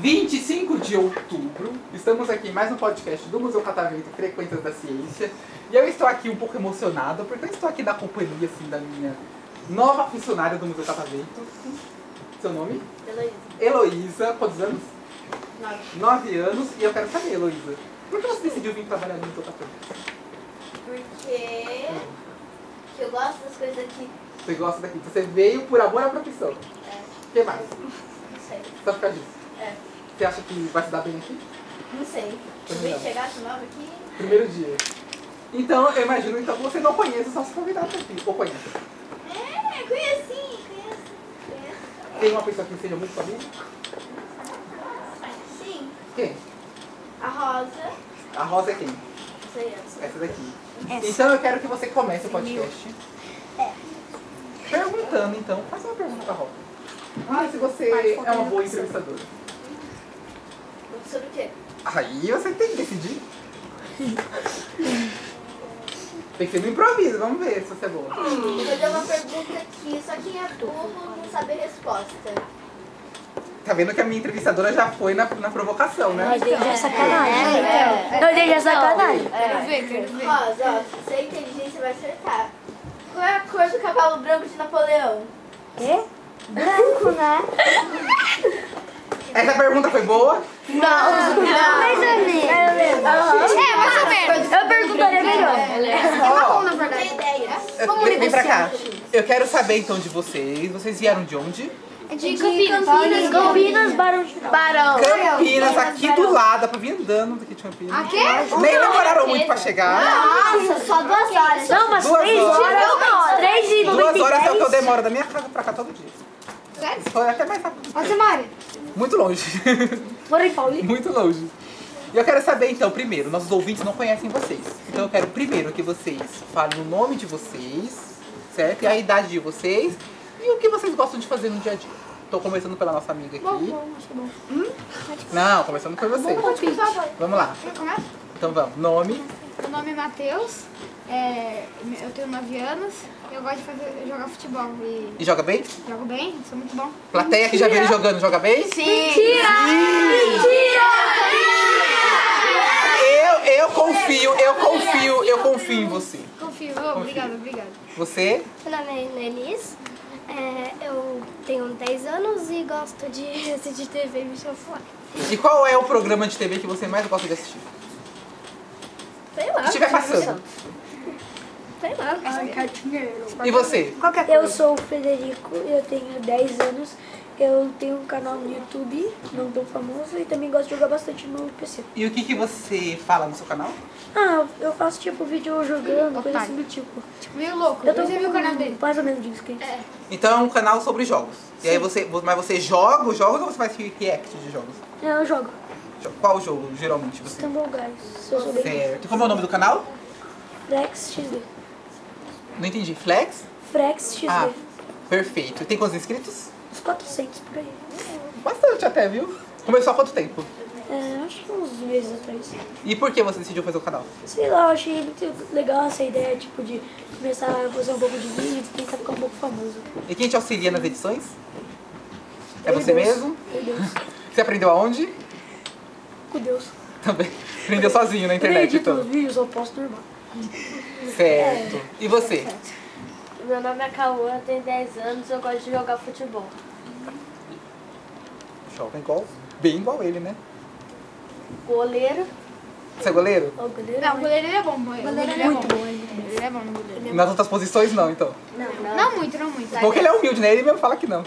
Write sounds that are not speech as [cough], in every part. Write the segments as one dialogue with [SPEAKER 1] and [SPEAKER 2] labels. [SPEAKER 1] 25 de outubro, estamos aqui em mais um podcast do Museu Catavento Frequências da Ciência. E eu estou aqui um pouco emocionada, porque eu estou aqui na companhia assim, da minha nova funcionária do Museu Catavento. Seu nome?
[SPEAKER 2] Heloísa,
[SPEAKER 1] Heloísa, quantos anos?
[SPEAKER 2] nove.
[SPEAKER 1] 9 anos. E eu quero saber, Heloísa, por que você decidiu vir trabalhar no Museu Catavento?
[SPEAKER 2] Porque eu gosto das coisas aqui.
[SPEAKER 1] Você gosta daqui, você veio por amor à profissão. O
[SPEAKER 2] É,
[SPEAKER 1] que mais?
[SPEAKER 2] não sei.
[SPEAKER 1] Só ficar disso.
[SPEAKER 2] É,
[SPEAKER 1] Você acha que vai se dar bem aqui?
[SPEAKER 2] não sei. Eu vim chegar de novo aqui.
[SPEAKER 1] Primeiro dia. Então, eu imagino então, que você não conhece os nossos convidados aqui. Ou conhece?
[SPEAKER 2] É, conheci, conheci, conheci.
[SPEAKER 1] Tem uma pessoa que seja muito família?
[SPEAKER 2] Sim,
[SPEAKER 1] Quem?
[SPEAKER 2] a Rosa.
[SPEAKER 1] A Rosa é quem?
[SPEAKER 2] Sei essa.
[SPEAKER 1] Essa daqui. Então eu quero que você comece o podcast. Perguntando então, faz uma pergunta pra Rosa. Ah, se você é uma boa entrevistadora.
[SPEAKER 2] Sobre o quê?
[SPEAKER 1] Aí você tem que decidir. Tem que ser no improviso, vamos ver se você é boa.
[SPEAKER 2] Vou fazer uma pergunta aqui, só quem é burro não sabe a resposta.
[SPEAKER 1] Tá vendo que a minha entrevistadora já foi na, na provocação, né?
[SPEAKER 3] Nós dele já é sacanagem. Nós dele já é sacanagem.
[SPEAKER 2] Quero ver,
[SPEAKER 4] É
[SPEAKER 2] quero ver. Rosa, ó, se você é inteligente, você vai acertar. Qual é a cor do cavalo branco de Napoleão?
[SPEAKER 3] Quê? Branco, né?
[SPEAKER 1] Essa pergunta foi boa?
[SPEAKER 3] Mais ou menos. É, mais ou menos. Eu perguntaria melhor.
[SPEAKER 1] Ó,
[SPEAKER 2] Não tem ideia.
[SPEAKER 1] eu- vem, vem pra cá. Eu quero saber então de vocês. Vocês vieram de onde?
[SPEAKER 3] De Campinas, Campinas, Barão de Barão.
[SPEAKER 1] Campinas, aqui do lado, dá pra vir andando daqui de Campinas. Aqui? Nem demoraram muito pra chegar.
[SPEAKER 3] Nossa, só duas horas. Não, mas
[SPEAKER 1] Duas
[SPEAKER 3] três
[SPEAKER 1] horas.
[SPEAKER 3] horas. Três e
[SPEAKER 1] Duas horas é o que eu
[SPEAKER 3] dez.
[SPEAKER 1] demoro da minha casa pra cá todo dia. Sério? Foi até mais rápido.
[SPEAKER 5] Você mora?
[SPEAKER 1] Muito [laughs] longe.
[SPEAKER 3] Morei em Paulista.
[SPEAKER 1] muito longe. E eu quero saber então, primeiro, nossos ouvintes não conhecem vocês. Então eu quero primeiro que vocês falem o nome de vocês, certo? E a idade de vocês e o que vocês gostam de fazer no dia a dia. Tô começando pela nossa amiga aqui.
[SPEAKER 5] é
[SPEAKER 1] Hum? Não, começando por vocês. Vamos lá.
[SPEAKER 5] é Meu
[SPEAKER 1] Então vamos. Nome,
[SPEAKER 5] nome é Matheus, é, eu tenho 9 anos, eu gosto de fazer, jogar futebol e
[SPEAKER 1] E joga bem?
[SPEAKER 5] jogo bem, sou muito bom.
[SPEAKER 1] Plateia que já viu ele jogando, joga bem? Sim. Eu, eu confio, eu confio, eu confio em você.
[SPEAKER 5] Confio, oh, obrigado, obrigado.
[SPEAKER 1] Você?
[SPEAKER 6] Meu nome é Nelis, é, eu tenho 10 anos e gosto de [laughs] assistir TV e bicho fora.
[SPEAKER 1] E qual é o programa de TV que você mais gosta de assistir?
[SPEAKER 6] Sei lá.
[SPEAKER 1] Se estiver passando.
[SPEAKER 6] Sei lá.
[SPEAKER 1] E você?
[SPEAKER 6] Eu sou o Frederico, eu tenho 10 anos, eu tenho um canal no YouTube, não tão famoso, e também gosto de jogar bastante no PC.
[SPEAKER 1] E o que, que você fala no seu canal?
[SPEAKER 6] Ah, eu faço tipo vídeo jogando, coisa assim do tipo.
[SPEAKER 5] Tipo, meio louco,
[SPEAKER 6] Eu tô
[SPEAKER 5] você viu o canal dele?
[SPEAKER 6] com mais ou menos de inscritos.
[SPEAKER 1] Então é um canal sobre jogos. E aí você. Mas você joga os jogos ou você faz react de jogos?
[SPEAKER 6] Eu jogo
[SPEAKER 1] Jo- Qual jogo, geralmente, você?
[SPEAKER 6] Stumble Guys, eu sou bem
[SPEAKER 1] Certo. E como é o nome do canal?
[SPEAKER 6] Frex XD.
[SPEAKER 1] Não entendi. Flex?
[SPEAKER 6] Frex XD,
[SPEAKER 1] Ah, perfeito. E tem quantos inscritos?
[SPEAKER 6] uns 400 por aí.
[SPEAKER 1] Bastante até, viu? Começou há quanto tempo?
[SPEAKER 6] É, acho que uns meses atrás.
[SPEAKER 1] E por que você decidiu fazer o canal?
[SPEAKER 6] Sei lá, eu achei muito legal essa ideia, tipo, de começar a fazer um pouco de vídeo e tentar ficar um pouco famoso.
[SPEAKER 1] E quem te auxilia nas edições? É
[SPEAKER 6] Eu e
[SPEAKER 1] você
[SPEAKER 6] Deus.
[SPEAKER 1] mesmo?
[SPEAKER 6] Meu Deus.
[SPEAKER 1] Você aprendeu aonde?
[SPEAKER 6] Com Deus.
[SPEAKER 1] Também. Aprendeu sozinho na
[SPEAKER 6] Nem
[SPEAKER 1] internet,
[SPEAKER 6] edito os
[SPEAKER 1] então.
[SPEAKER 6] vídeos, eu posto normal.
[SPEAKER 1] Certo. E você?
[SPEAKER 4] Meu nome é Cauã, eu tenho 10 anos, eu gosto de jogar futebol.
[SPEAKER 1] Joga igual, bem igual ele, né?
[SPEAKER 4] Goleiro,
[SPEAKER 1] Você é goleiro?
[SPEAKER 6] Ó, o goleiro.
[SPEAKER 5] Não, o goleiro ele é bom, o goleiro ele é bom. Ele é bom no goleiro.
[SPEAKER 1] Nas outras posições, não, então.
[SPEAKER 5] Não muito, não muito.
[SPEAKER 1] Porque ele é humilde, né? Ele mesmo fala que não.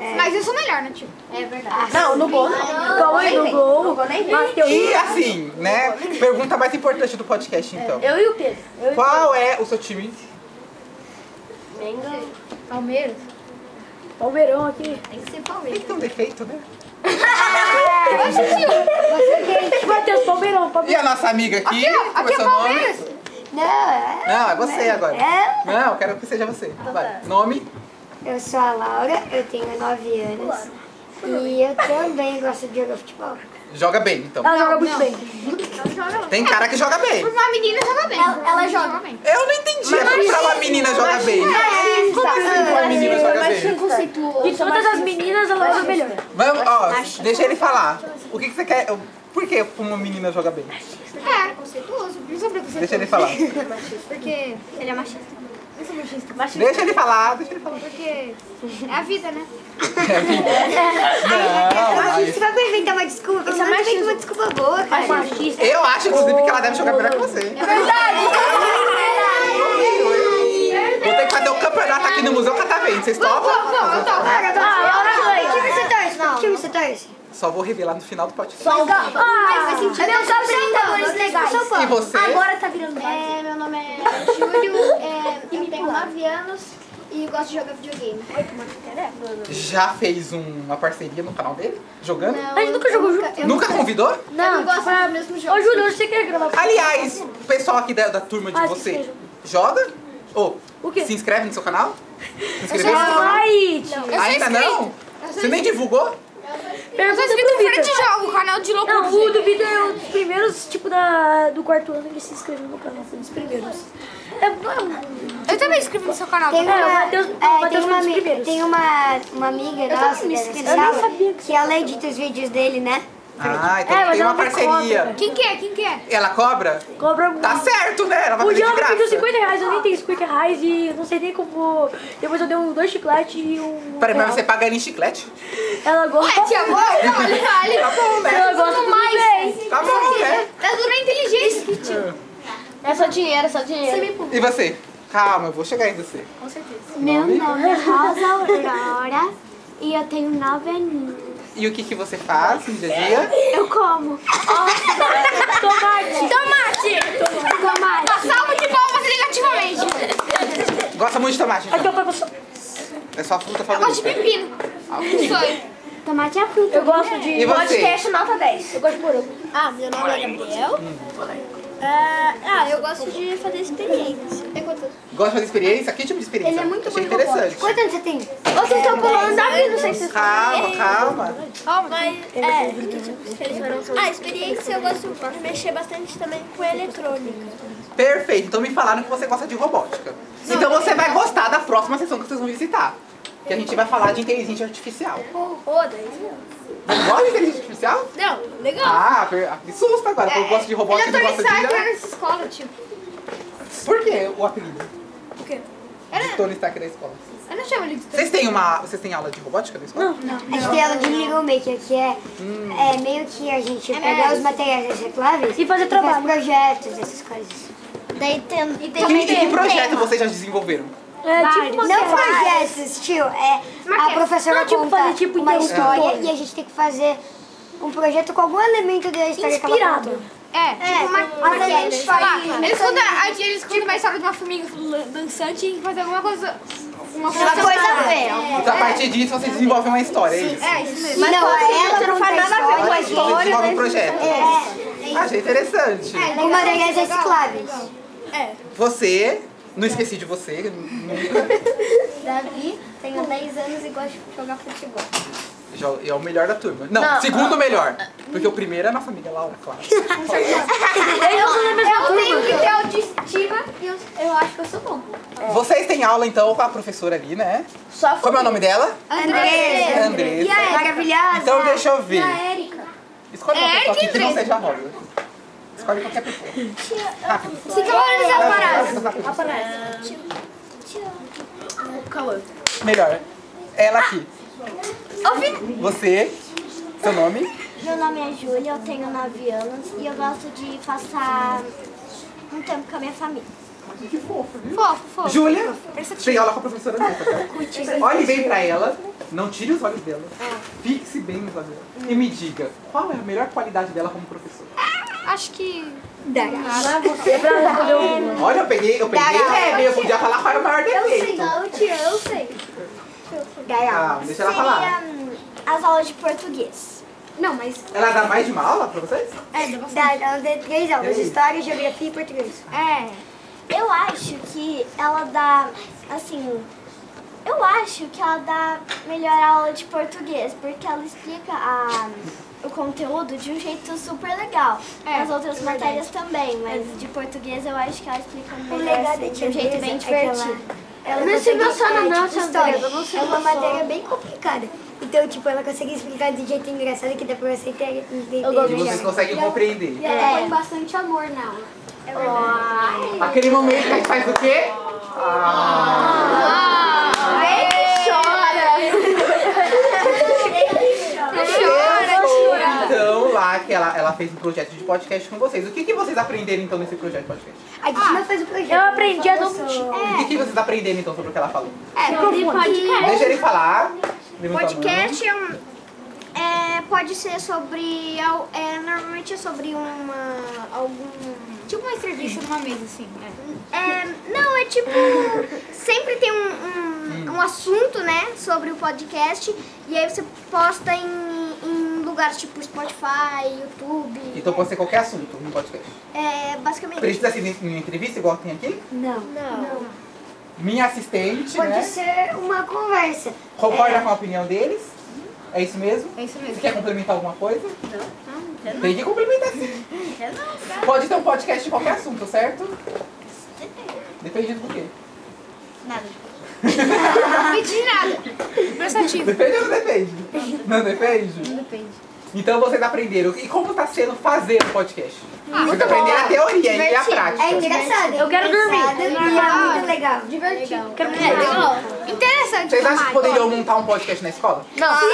[SPEAKER 5] É, mas eu sou melhor, né, tio?
[SPEAKER 4] é verdade.
[SPEAKER 3] Não, no gol. Calma aí, no gol. No gol nem
[SPEAKER 6] É.
[SPEAKER 1] E assim, né? Pergunta mais importante do podcast, então.
[SPEAKER 4] Eu e o Pedro. Eu e o
[SPEAKER 1] Qual é o seu time?
[SPEAKER 4] Menga.
[SPEAKER 5] Palmeiras?
[SPEAKER 6] um Palmeirão aqui.
[SPEAKER 5] Tem que ser
[SPEAKER 1] Tem
[SPEAKER 5] Palmeiras.
[SPEAKER 1] que ter um defeito, né?
[SPEAKER 6] Vai ter os Palmeirão, Palmeirão.
[SPEAKER 1] E a nossa amiga aqui? Como
[SPEAKER 5] Aqui é
[SPEAKER 1] seu nome?
[SPEAKER 5] Palmeiras?
[SPEAKER 3] Não,
[SPEAKER 1] Não, é Então tá. você agora. Não, eu quero que seja você. Vai. Nome?
[SPEAKER 3] eu sou a Laura, eu tenho 9 anos. E eu também gosto de jogar futebol.
[SPEAKER 1] Joga bem, então.
[SPEAKER 3] Ela joga muito bem.
[SPEAKER 5] Não, não, não.
[SPEAKER 1] Tem cara que joga bem.
[SPEAKER 5] então Uma menina joga bem.
[SPEAKER 3] Ela- ela joga.
[SPEAKER 5] bem.
[SPEAKER 1] Eu não entendi. É como pra uma menina joga bem.
[SPEAKER 5] É,
[SPEAKER 3] Como assim?
[SPEAKER 1] Uma menina joga bem.
[SPEAKER 6] De todas as meninas, ela joga melhor.
[SPEAKER 1] Vamos, ó, deixa ele falar. O que, que você quer? Por que uma menina joga bem?
[SPEAKER 5] Porque é preconceituoso. Não sou preconceituoso.
[SPEAKER 1] Deixa ele falar.
[SPEAKER 5] Porque ele é machista. Eu sou machista.
[SPEAKER 1] Deixa ele falar, deixa ele [laughs] falar.
[SPEAKER 5] Porque é a vida, né?
[SPEAKER 1] Não, mas
[SPEAKER 5] vai inventar uma desculpa. Isso é machismo. uma desculpa boa, cara.
[SPEAKER 3] Machista.
[SPEAKER 1] eu acho, inclusive, que ela deve jogar melhor que você. É Verdade! Vou ter que fazer um campeonato aqui no Museu Catavento, vocês topam?
[SPEAKER 5] Não, eu tô. Cara, eu
[SPEAKER 3] Ah,
[SPEAKER 5] tô.
[SPEAKER 3] Time você torce, não.
[SPEAKER 5] time você torce?
[SPEAKER 1] Só vou revelar no final do podcast.
[SPEAKER 3] Ah, não, só apresentadores legais.
[SPEAKER 1] E você?
[SPEAKER 3] Agora tá virando mais.
[SPEAKER 5] É, meu
[SPEAKER 3] [laughs]
[SPEAKER 5] nome é Júlio, é, eu tenho 9 anos e gosto de jogar videogame.
[SPEAKER 1] Já fez um- uma parceria no canal dele? Jogando?
[SPEAKER 5] Não,
[SPEAKER 3] A gente nunca jogou junto.
[SPEAKER 5] eu
[SPEAKER 1] Nunca convidou?
[SPEAKER 5] não gosto do mesmo jogo.
[SPEAKER 3] Ô, Júlio, hoje você
[SPEAKER 6] é
[SPEAKER 3] quer gravar?
[SPEAKER 1] Aliás, o pessoal aqui da, da turma de
[SPEAKER 3] Ah,
[SPEAKER 1] você
[SPEAKER 3] sim,
[SPEAKER 1] joga? Ou
[SPEAKER 3] O quê?
[SPEAKER 1] se inscreve no seu canal? Se inscreveu?
[SPEAKER 3] Vai,
[SPEAKER 5] Eu sou
[SPEAKER 1] Ainda
[SPEAKER 5] inscrito.
[SPEAKER 1] não? Você nem divulgou?
[SPEAKER 5] Eu sou
[SPEAKER 3] Pergunta
[SPEAKER 5] inscrito
[SPEAKER 3] pro
[SPEAKER 5] em frente
[SPEAKER 3] Vitor.
[SPEAKER 5] de jogo, canal de louco.
[SPEAKER 3] Não, o do Vitor é um
[SPEAKER 6] Os primeiros, tipo, da, do quarto ano, ele se inscreveu no canal. Foi um dos primeiros. É, não é um-
[SPEAKER 5] Eu também inscrevo no seu canal.
[SPEAKER 7] Tem
[SPEAKER 5] tá?
[SPEAKER 7] uma,
[SPEAKER 3] É, o Matheus- o
[SPEAKER 7] é,
[SPEAKER 3] Matheus
[SPEAKER 7] tem uma,
[SPEAKER 3] foi um dos
[SPEAKER 7] ami-
[SPEAKER 3] primeiros.
[SPEAKER 7] tem uma, uma amiga nossa, da nossa
[SPEAKER 3] eu nem
[SPEAKER 7] sala,
[SPEAKER 3] sabia que
[SPEAKER 7] que ela edita os vídeos dele, né?
[SPEAKER 1] Ah, então
[SPEAKER 3] É, mas
[SPEAKER 1] tem
[SPEAKER 3] ela
[SPEAKER 1] uma
[SPEAKER 3] me
[SPEAKER 1] parceria.
[SPEAKER 5] Quem que é? Quem que é?
[SPEAKER 1] Ela cobra?
[SPEAKER 3] Cobra um.
[SPEAKER 1] Tá certo, né? Ela vai
[SPEAKER 3] O
[SPEAKER 1] fazer de
[SPEAKER 3] Jean me pediu
[SPEAKER 1] graça.
[SPEAKER 3] 50 reais, eu nem tenho 50 reais e não sei nem como. Depois eu dei um dois chicletes e um.
[SPEAKER 1] Peraí, mas
[SPEAKER 3] real.
[SPEAKER 1] você paga ele em chiclete?
[SPEAKER 3] Ela gosta.
[SPEAKER 5] Tia Boa, olha, olha.
[SPEAKER 1] Tá bom,
[SPEAKER 3] Ela
[SPEAKER 1] né?
[SPEAKER 3] gosta mais. Bem.
[SPEAKER 1] Tá bom, né?
[SPEAKER 5] Tá tudo bem inteligente.
[SPEAKER 4] É só dinheiro, é só dinheiro.
[SPEAKER 1] E você? Calma, eu vou chegar em você.
[SPEAKER 7] Meu nome é Rosa Aurora e eu tenho nove aninhos.
[SPEAKER 1] E o que, que você faz no dia a dia?
[SPEAKER 7] Eu como
[SPEAKER 3] Tomate.
[SPEAKER 7] tomate,
[SPEAKER 5] Salvo de palmas negativamente.
[SPEAKER 1] Gosta muito de tomate,
[SPEAKER 3] Aí teu
[SPEAKER 1] então.
[SPEAKER 3] pai passou.
[SPEAKER 1] É sua fruta
[SPEAKER 5] Eu gosto de
[SPEAKER 1] favorita.
[SPEAKER 5] pepino. Sonho.
[SPEAKER 7] tomate é a fruta.
[SPEAKER 3] Eu gosto de.
[SPEAKER 1] E você?
[SPEAKER 4] nota 10.
[SPEAKER 3] Eu gosto de morango.
[SPEAKER 7] Ah, meu nome é Gabriel. ah, eu gosto de fazer experiência.
[SPEAKER 5] Tem quantos?
[SPEAKER 1] Gosta de fazer experiência? Que tipo de experiência? Ele é muito Achei interessante.
[SPEAKER 7] Quantos anos você tem?
[SPEAKER 3] Vocês estão pulando da vida, não sei se
[SPEAKER 7] É.
[SPEAKER 1] Calma, calma.
[SPEAKER 7] Mas, é, ah, experiência eu gosto de mexer bastante também com eletrônica.
[SPEAKER 1] Perfeito. Então me falaram que você gosta de robótica. Então você vai gostar da próxima sessão que vocês vão visitar. Que a gente vai falar de inteligência artificial.
[SPEAKER 7] Oh,
[SPEAKER 1] Não gosta de inteligência artificial?
[SPEAKER 5] Não, legal. É,
[SPEAKER 1] Ah, per- me susta agora.
[SPEAKER 7] É,
[SPEAKER 1] que Ah, Eu gosto de robótica e
[SPEAKER 5] Ele
[SPEAKER 1] não
[SPEAKER 5] autorizou
[SPEAKER 1] gosta de
[SPEAKER 5] que era
[SPEAKER 1] IA.
[SPEAKER 5] nessa escola, tipo.
[SPEAKER 1] Por que o apelido? Por
[SPEAKER 5] quê?
[SPEAKER 1] De Tony Stark da escola.
[SPEAKER 5] Eu não chamo ele de É,
[SPEAKER 1] Vocês têm, uma, vocês têm aula de robótica na escola? Não.
[SPEAKER 7] A gente tem aula de Little Maker, que é,
[SPEAKER 1] Hum.
[SPEAKER 7] é meio que a gente pegar os materiais recicláveis
[SPEAKER 3] E fazer
[SPEAKER 7] faz
[SPEAKER 3] trabalho.
[SPEAKER 7] projetos, essas coisas.
[SPEAKER 4] Daí tem. E tem
[SPEAKER 1] Que, que projeto vocês já desenvolveram?
[SPEAKER 3] É tipo uma
[SPEAKER 7] Não
[SPEAKER 3] serra.
[SPEAKER 7] projetos, tio. É, a professora
[SPEAKER 3] Não, tipo,
[SPEAKER 7] conta
[SPEAKER 3] fazer, tipo,
[SPEAKER 7] uma
[SPEAKER 3] interruptor.
[SPEAKER 7] história e a gente tem que fazer um projeto com algum elemento da história que ela
[SPEAKER 3] Inspirado.
[SPEAKER 7] contou.
[SPEAKER 5] É, tipo uma,
[SPEAKER 7] mas é,
[SPEAKER 5] uma
[SPEAKER 7] aí
[SPEAKER 5] gente
[SPEAKER 7] eles
[SPEAKER 5] falar.
[SPEAKER 7] fazem-
[SPEAKER 5] Eles contam, a- eles contam uma história de uma família lan- dançante e fazer alguma coisa. Uma
[SPEAKER 7] Uma
[SPEAKER 5] coisa.
[SPEAKER 7] coisa feia.
[SPEAKER 1] Então a partir disso vocês desenvolvem uma história, é isso?
[SPEAKER 5] É, isso mesmo.
[SPEAKER 7] Mas não, ela
[SPEAKER 4] não faz
[SPEAKER 7] conta
[SPEAKER 4] nada a ver com a
[SPEAKER 7] gente-
[SPEAKER 1] Vocês desenvolvem um projeto.
[SPEAKER 7] É,
[SPEAKER 1] Achei interessante.
[SPEAKER 7] com materiais recicláveis.
[SPEAKER 1] Você, não esqueci de você, nunca.
[SPEAKER 7] Davi, tenho 10 anos e gosto de jogar futebol.
[SPEAKER 1] Já- É o melhor da turma. Não, segundo melhor. Porque o primeiro é a nossa amiga Laura, claro.
[SPEAKER 3] Eu
[SPEAKER 5] É
[SPEAKER 3] sou da mesma
[SPEAKER 5] Tenho
[SPEAKER 3] turma.
[SPEAKER 5] que ter autoestima.
[SPEAKER 1] Vocês têm aula então com a professora ali, né?
[SPEAKER 4] Só
[SPEAKER 1] Como é o nome dela?
[SPEAKER 5] André.
[SPEAKER 1] Andressa.
[SPEAKER 7] Maravilhosa.
[SPEAKER 1] Então deixa eu ver.
[SPEAKER 7] Érica.
[SPEAKER 1] Escolhe uma
[SPEAKER 5] É,
[SPEAKER 1] pessoa aqui
[SPEAKER 5] que
[SPEAKER 1] que não
[SPEAKER 5] Andressa.
[SPEAKER 1] seja a Rosa. Escolhe qualquer pessoa.
[SPEAKER 5] Fica olhando essa parada.
[SPEAKER 1] Melhor. Ela aqui.
[SPEAKER 5] Ouvi.
[SPEAKER 1] Você, seu nome?
[SPEAKER 7] Meu nome é Júlia, eu tenho 9 anos e eu gosto de passar um tempo com a minha família.
[SPEAKER 5] Fofo, fofo.
[SPEAKER 1] Júlia. Tem aula com a professora Andressa. tá? Olhe bem pra ela. Não tire os olhos dela. Fixe bem nos olhos dela. E me diga, qual é a melhor qualidade dela como professora?
[SPEAKER 5] Acho que.
[SPEAKER 1] Olha, eu peguei, eu peguei leve, eu podia falar para o maior defeito.
[SPEAKER 7] Não, tia, eu sei.
[SPEAKER 1] Ah, deixa ela falar.
[SPEAKER 7] as aulas de português. Não, mas
[SPEAKER 1] Ela dá mais de uma aula pra vocês?
[SPEAKER 7] dá, ela tem três aulas,
[SPEAKER 1] E aí?
[SPEAKER 7] história, geografia e português.
[SPEAKER 5] É.
[SPEAKER 7] Eu acho que ela dá, assim, eu acho que ela dá melhor aula de português, porque ela explica a, o conteúdo de um jeito super legal.
[SPEAKER 5] É,
[SPEAKER 7] As outras matérias também,
[SPEAKER 6] É.
[SPEAKER 7] mas de português eu acho que ela explica melhor.
[SPEAKER 6] legal
[SPEAKER 7] assim,
[SPEAKER 6] da
[SPEAKER 7] de um jeito bem
[SPEAKER 6] portuguesa é que ela-
[SPEAKER 7] divertido.
[SPEAKER 6] Não se
[SPEAKER 7] consegue
[SPEAKER 6] emociona
[SPEAKER 7] explicar,
[SPEAKER 6] não,
[SPEAKER 7] tipo,
[SPEAKER 6] seu
[SPEAKER 7] história.
[SPEAKER 6] Deus, eu não se
[SPEAKER 7] É uma
[SPEAKER 6] emociono.
[SPEAKER 7] matéria bem
[SPEAKER 6] complicada. Então, tipo, ela consegue explicar de jeito engraçado que dá pra você ter, entender. É.
[SPEAKER 1] E vocês conseguem compreender.
[SPEAKER 7] E ela põe bastante amor nela.
[SPEAKER 1] Aquele momento que a gente faz o quê?
[SPEAKER 5] É,
[SPEAKER 1] Então, lá que ela, ela fez um projeto de podcast com vocês. O que, que vocês aprenderam então nesse projeto de podcast?
[SPEAKER 6] A Dina faz o projeto. Eu aprendi a não...
[SPEAKER 7] É.
[SPEAKER 5] É,
[SPEAKER 1] O que, que vocês aprenderam então sobre o que ela falou?
[SPEAKER 7] Podcast.
[SPEAKER 1] Deixa ele falar. Levanta a mão.
[SPEAKER 5] Podcast é um- é, pode ser sobre. al- É, normalmente é sobre uma. algum. Tipo uma entrevista numa mesa, assim. É, não, é tipo. sempre tem um, um, um assunto, né? Sobre o podcast. E aí você posta em, em lugares tipo Spotify, YouTube.
[SPEAKER 1] Então pode ser qualquer assunto no podcast.
[SPEAKER 5] É, basicamente.
[SPEAKER 1] Precisa ser em em entrevista igual tem aqui?
[SPEAKER 7] Não.
[SPEAKER 1] Minha assistente, né?
[SPEAKER 6] ser uma conversa.
[SPEAKER 1] Concorda com a opinião deles? É isso mesmo?
[SPEAKER 5] É isso
[SPEAKER 1] Você
[SPEAKER 5] mesmo.
[SPEAKER 1] quer complementar alguma coisa? Não. Tem que complementar sim. Pode ter um podcast de qualquer assunto, certo? Depende do quê?
[SPEAKER 5] Não pedi nada. Prestativo.
[SPEAKER 1] Depende ou não depende? Não depende?
[SPEAKER 5] Depende.
[SPEAKER 1] Então vocês aprenderam. E como está sendo fazer o podcast? vocês
[SPEAKER 5] muito
[SPEAKER 1] aprenderam a teoria e a
[SPEAKER 5] Divertido.
[SPEAKER 1] prática.
[SPEAKER 6] É engraçado. Eu quero dormir. É muito legal.
[SPEAKER 4] Legal.
[SPEAKER 6] É.
[SPEAKER 5] Interessante.
[SPEAKER 1] Vocês acham
[SPEAKER 5] tomar,
[SPEAKER 1] que poderiam montar um podcast na escola?
[SPEAKER 6] Claro.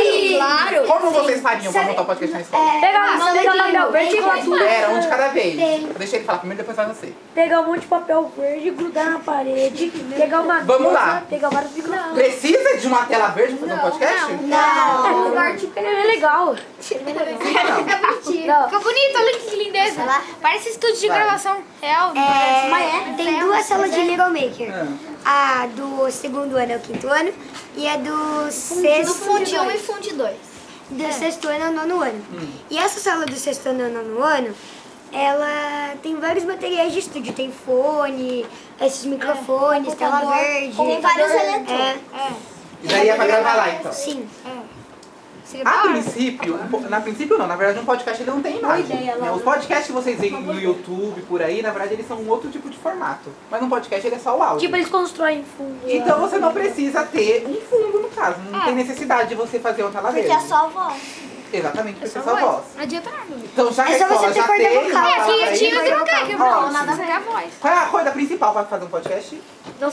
[SPEAKER 1] Como vocês fariam para montar um podcast na escola?
[SPEAKER 3] Pegar um monte de
[SPEAKER 6] é
[SPEAKER 3] papel verde e grudar.
[SPEAKER 1] Era um de cada vez. Deixa ele falar primeiro, depois vai você.
[SPEAKER 6] Pegar um monte de papel verde, grudar na parede, pegar uma
[SPEAKER 1] Vamos
[SPEAKER 6] mesa,
[SPEAKER 1] lá.
[SPEAKER 6] pegar vários microfones.
[SPEAKER 1] Precisa de uma tela verde para fazer um podcast?
[SPEAKER 6] Não. É um lugar tipo, é legal.
[SPEAKER 5] [laughs] É bonitinho. Fica bonito, olha que lindeza. Parece estúdio de
[SPEAKER 1] Vai.
[SPEAKER 5] gravação real.
[SPEAKER 8] É, tem duas salas de Little Maker.
[SPEAKER 1] Ah,
[SPEAKER 8] A do segundo ano é o quinto ano e a do sexto
[SPEAKER 5] Funde 1 e Funde 2.
[SPEAKER 8] do sexto ano ao nono ano. E essa sala do sexto ano ao nono ano, ela tem vários materiais de estúdio. Tem fone, esses microfones, tela É, verde.
[SPEAKER 7] Tem vários eletrônicos.
[SPEAKER 8] É,
[SPEAKER 1] E daria para gravar lá então.
[SPEAKER 8] sim.
[SPEAKER 5] Ah,
[SPEAKER 1] A princípio, um po- na princípio não, na verdade um podcast ele não tem imagem. né? Os podcasts que vocês veem no YouTube, por aí, na verdade eles são um outro tipo de formato. Mas um podcast ele é só o áudio.
[SPEAKER 6] Tipo, eles constroem fundo.
[SPEAKER 1] Então você não precisa ter um fundo no caso, não tem necessidade de você fazer uma tela verde.
[SPEAKER 7] Porque é só voz.
[SPEAKER 1] Exatamente, porque é só voz.
[SPEAKER 5] Não adianta nada.
[SPEAKER 1] Então já que
[SPEAKER 8] É só
[SPEAKER 1] a escola
[SPEAKER 8] você
[SPEAKER 1] já
[SPEAKER 8] ter
[SPEAKER 1] tem,
[SPEAKER 8] corda vocal.
[SPEAKER 1] fala
[SPEAKER 5] É,
[SPEAKER 1] pra
[SPEAKER 5] tinha,
[SPEAKER 1] eles.
[SPEAKER 5] tinha que trocar, que não,
[SPEAKER 1] Ótimo.
[SPEAKER 5] nada a voz.
[SPEAKER 1] Qual é a coisa principal para fazer um podcast?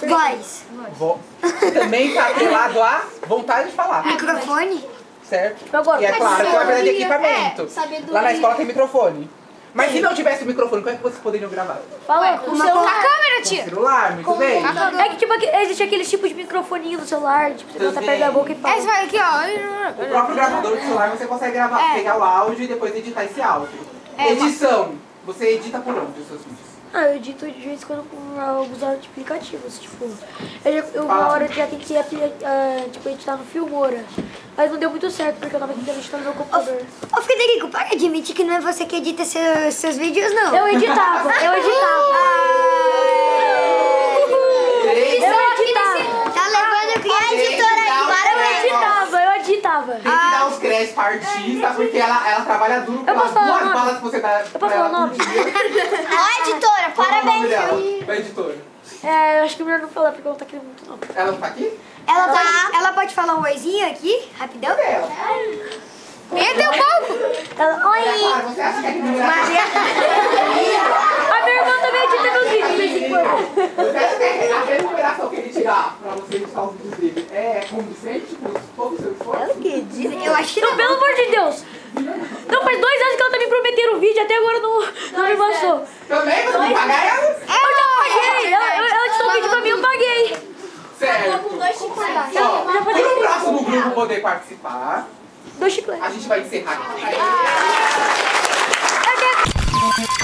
[SPEAKER 8] Voz,
[SPEAKER 1] Vo- Também tá atrelado à vontade de falar,
[SPEAKER 8] microfone.
[SPEAKER 1] certo?
[SPEAKER 6] Então Agora,
[SPEAKER 1] E é claro que vai precisar de
[SPEAKER 5] sabedoria.
[SPEAKER 1] equipamento.
[SPEAKER 6] É,
[SPEAKER 1] Lá na escola tem microfone. Mas se não tivesse microfone, como é que vocês poderiam gravar?
[SPEAKER 6] fala.
[SPEAKER 5] Uma a câmera,
[SPEAKER 1] Com
[SPEAKER 5] tia.
[SPEAKER 1] celular, muito bem.
[SPEAKER 6] É que tipo, aqui- existe aquele tipo de microfoninho no celular, tipo, você bota
[SPEAKER 1] Também.
[SPEAKER 6] perto da boca e
[SPEAKER 5] É,
[SPEAKER 6] fala.
[SPEAKER 5] você vai aqui, ó.
[SPEAKER 1] O próprio gravador do celular você consegue
[SPEAKER 6] É.
[SPEAKER 1] gravar, pegar o áudio e depois editar esse áudio. Edição. Você edita por onde os seus vídeos?
[SPEAKER 6] Ah, eu edito de vez em quando com alguns aplicativos, tipo. Eu, já,
[SPEAKER 1] Fala.
[SPEAKER 6] eu uma hora eu já tentei apli- ah, tipo, editar no Filmora. Mas não deu muito certo, porque eu tava tentando editar no meu computador.
[SPEAKER 8] Ô Frederico, para de admitir que não é você que edita seus, seus vídeos, não.
[SPEAKER 6] Eu editava, eu editava.
[SPEAKER 1] Três.
[SPEAKER 6] Eu editava,
[SPEAKER 8] Tá levando criança
[SPEAKER 1] Tem que dar os
[SPEAKER 6] eu
[SPEAKER 1] créditos.
[SPEAKER 6] editava, eu editava.
[SPEAKER 1] Tem que dar os créditos pra artista, porque ela, ela trabalha duro pelas
[SPEAKER 6] É, posso falar o
[SPEAKER 1] duas
[SPEAKER 6] nome?
[SPEAKER 1] balas que você dá pra
[SPEAKER 6] posso
[SPEAKER 1] ela
[SPEAKER 6] falar o
[SPEAKER 1] por
[SPEAKER 6] nome?
[SPEAKER 1] dia.
[SPEAKER 7] Ó, editora,
[SPEAKER 1] Qual é o nome
[SPEAKER 7] parabéns.
[SPEAKER 1] dela? Da editora.
[SPEAKER 6] É, eu acho que melhor não falar, porque eu não tá querendo muito não.
[SPEAKER 1] Ela não tá aqui?
[SPEAKER 8] Ela, pode, ela pode falar um oizinho aqui, rapidão?
[SPEAKER 1] Ela.
[SPEAKER 5] Meteu o pouco.
[SPEAKER 6] Ela, oi!
[SPEAKER 1] Claro, você acha que é ignorante?
[SPEAKER 6] A minha irmã também edita meus vídeos, mas tipo,
[SPEAKER 1] Você acha que é a remuneração que ele te dá pra você editar os vídeos dele é condizente com todo o seu esforço?
[SPEAKER 8] Eu acho que não.
[SPEAKER 6] não, pelo amor de Deus! Não, faz dois anos que ela tá me prometendo um vídeo, até agora não, não me lançou.
[SPEAKER 1] Também, você não pagar ela?
[SPEAKER 6] Eu já paguei! Ela, eu- ela editou um vídeo pra mim, eu paguei!
[SPEAKER 1] Certo. Ó, para o próximo grupo poder participar,
[SPEAKER 6] Dois chicletes.
[SPEAKER 1] a gente vai encerrar aqui.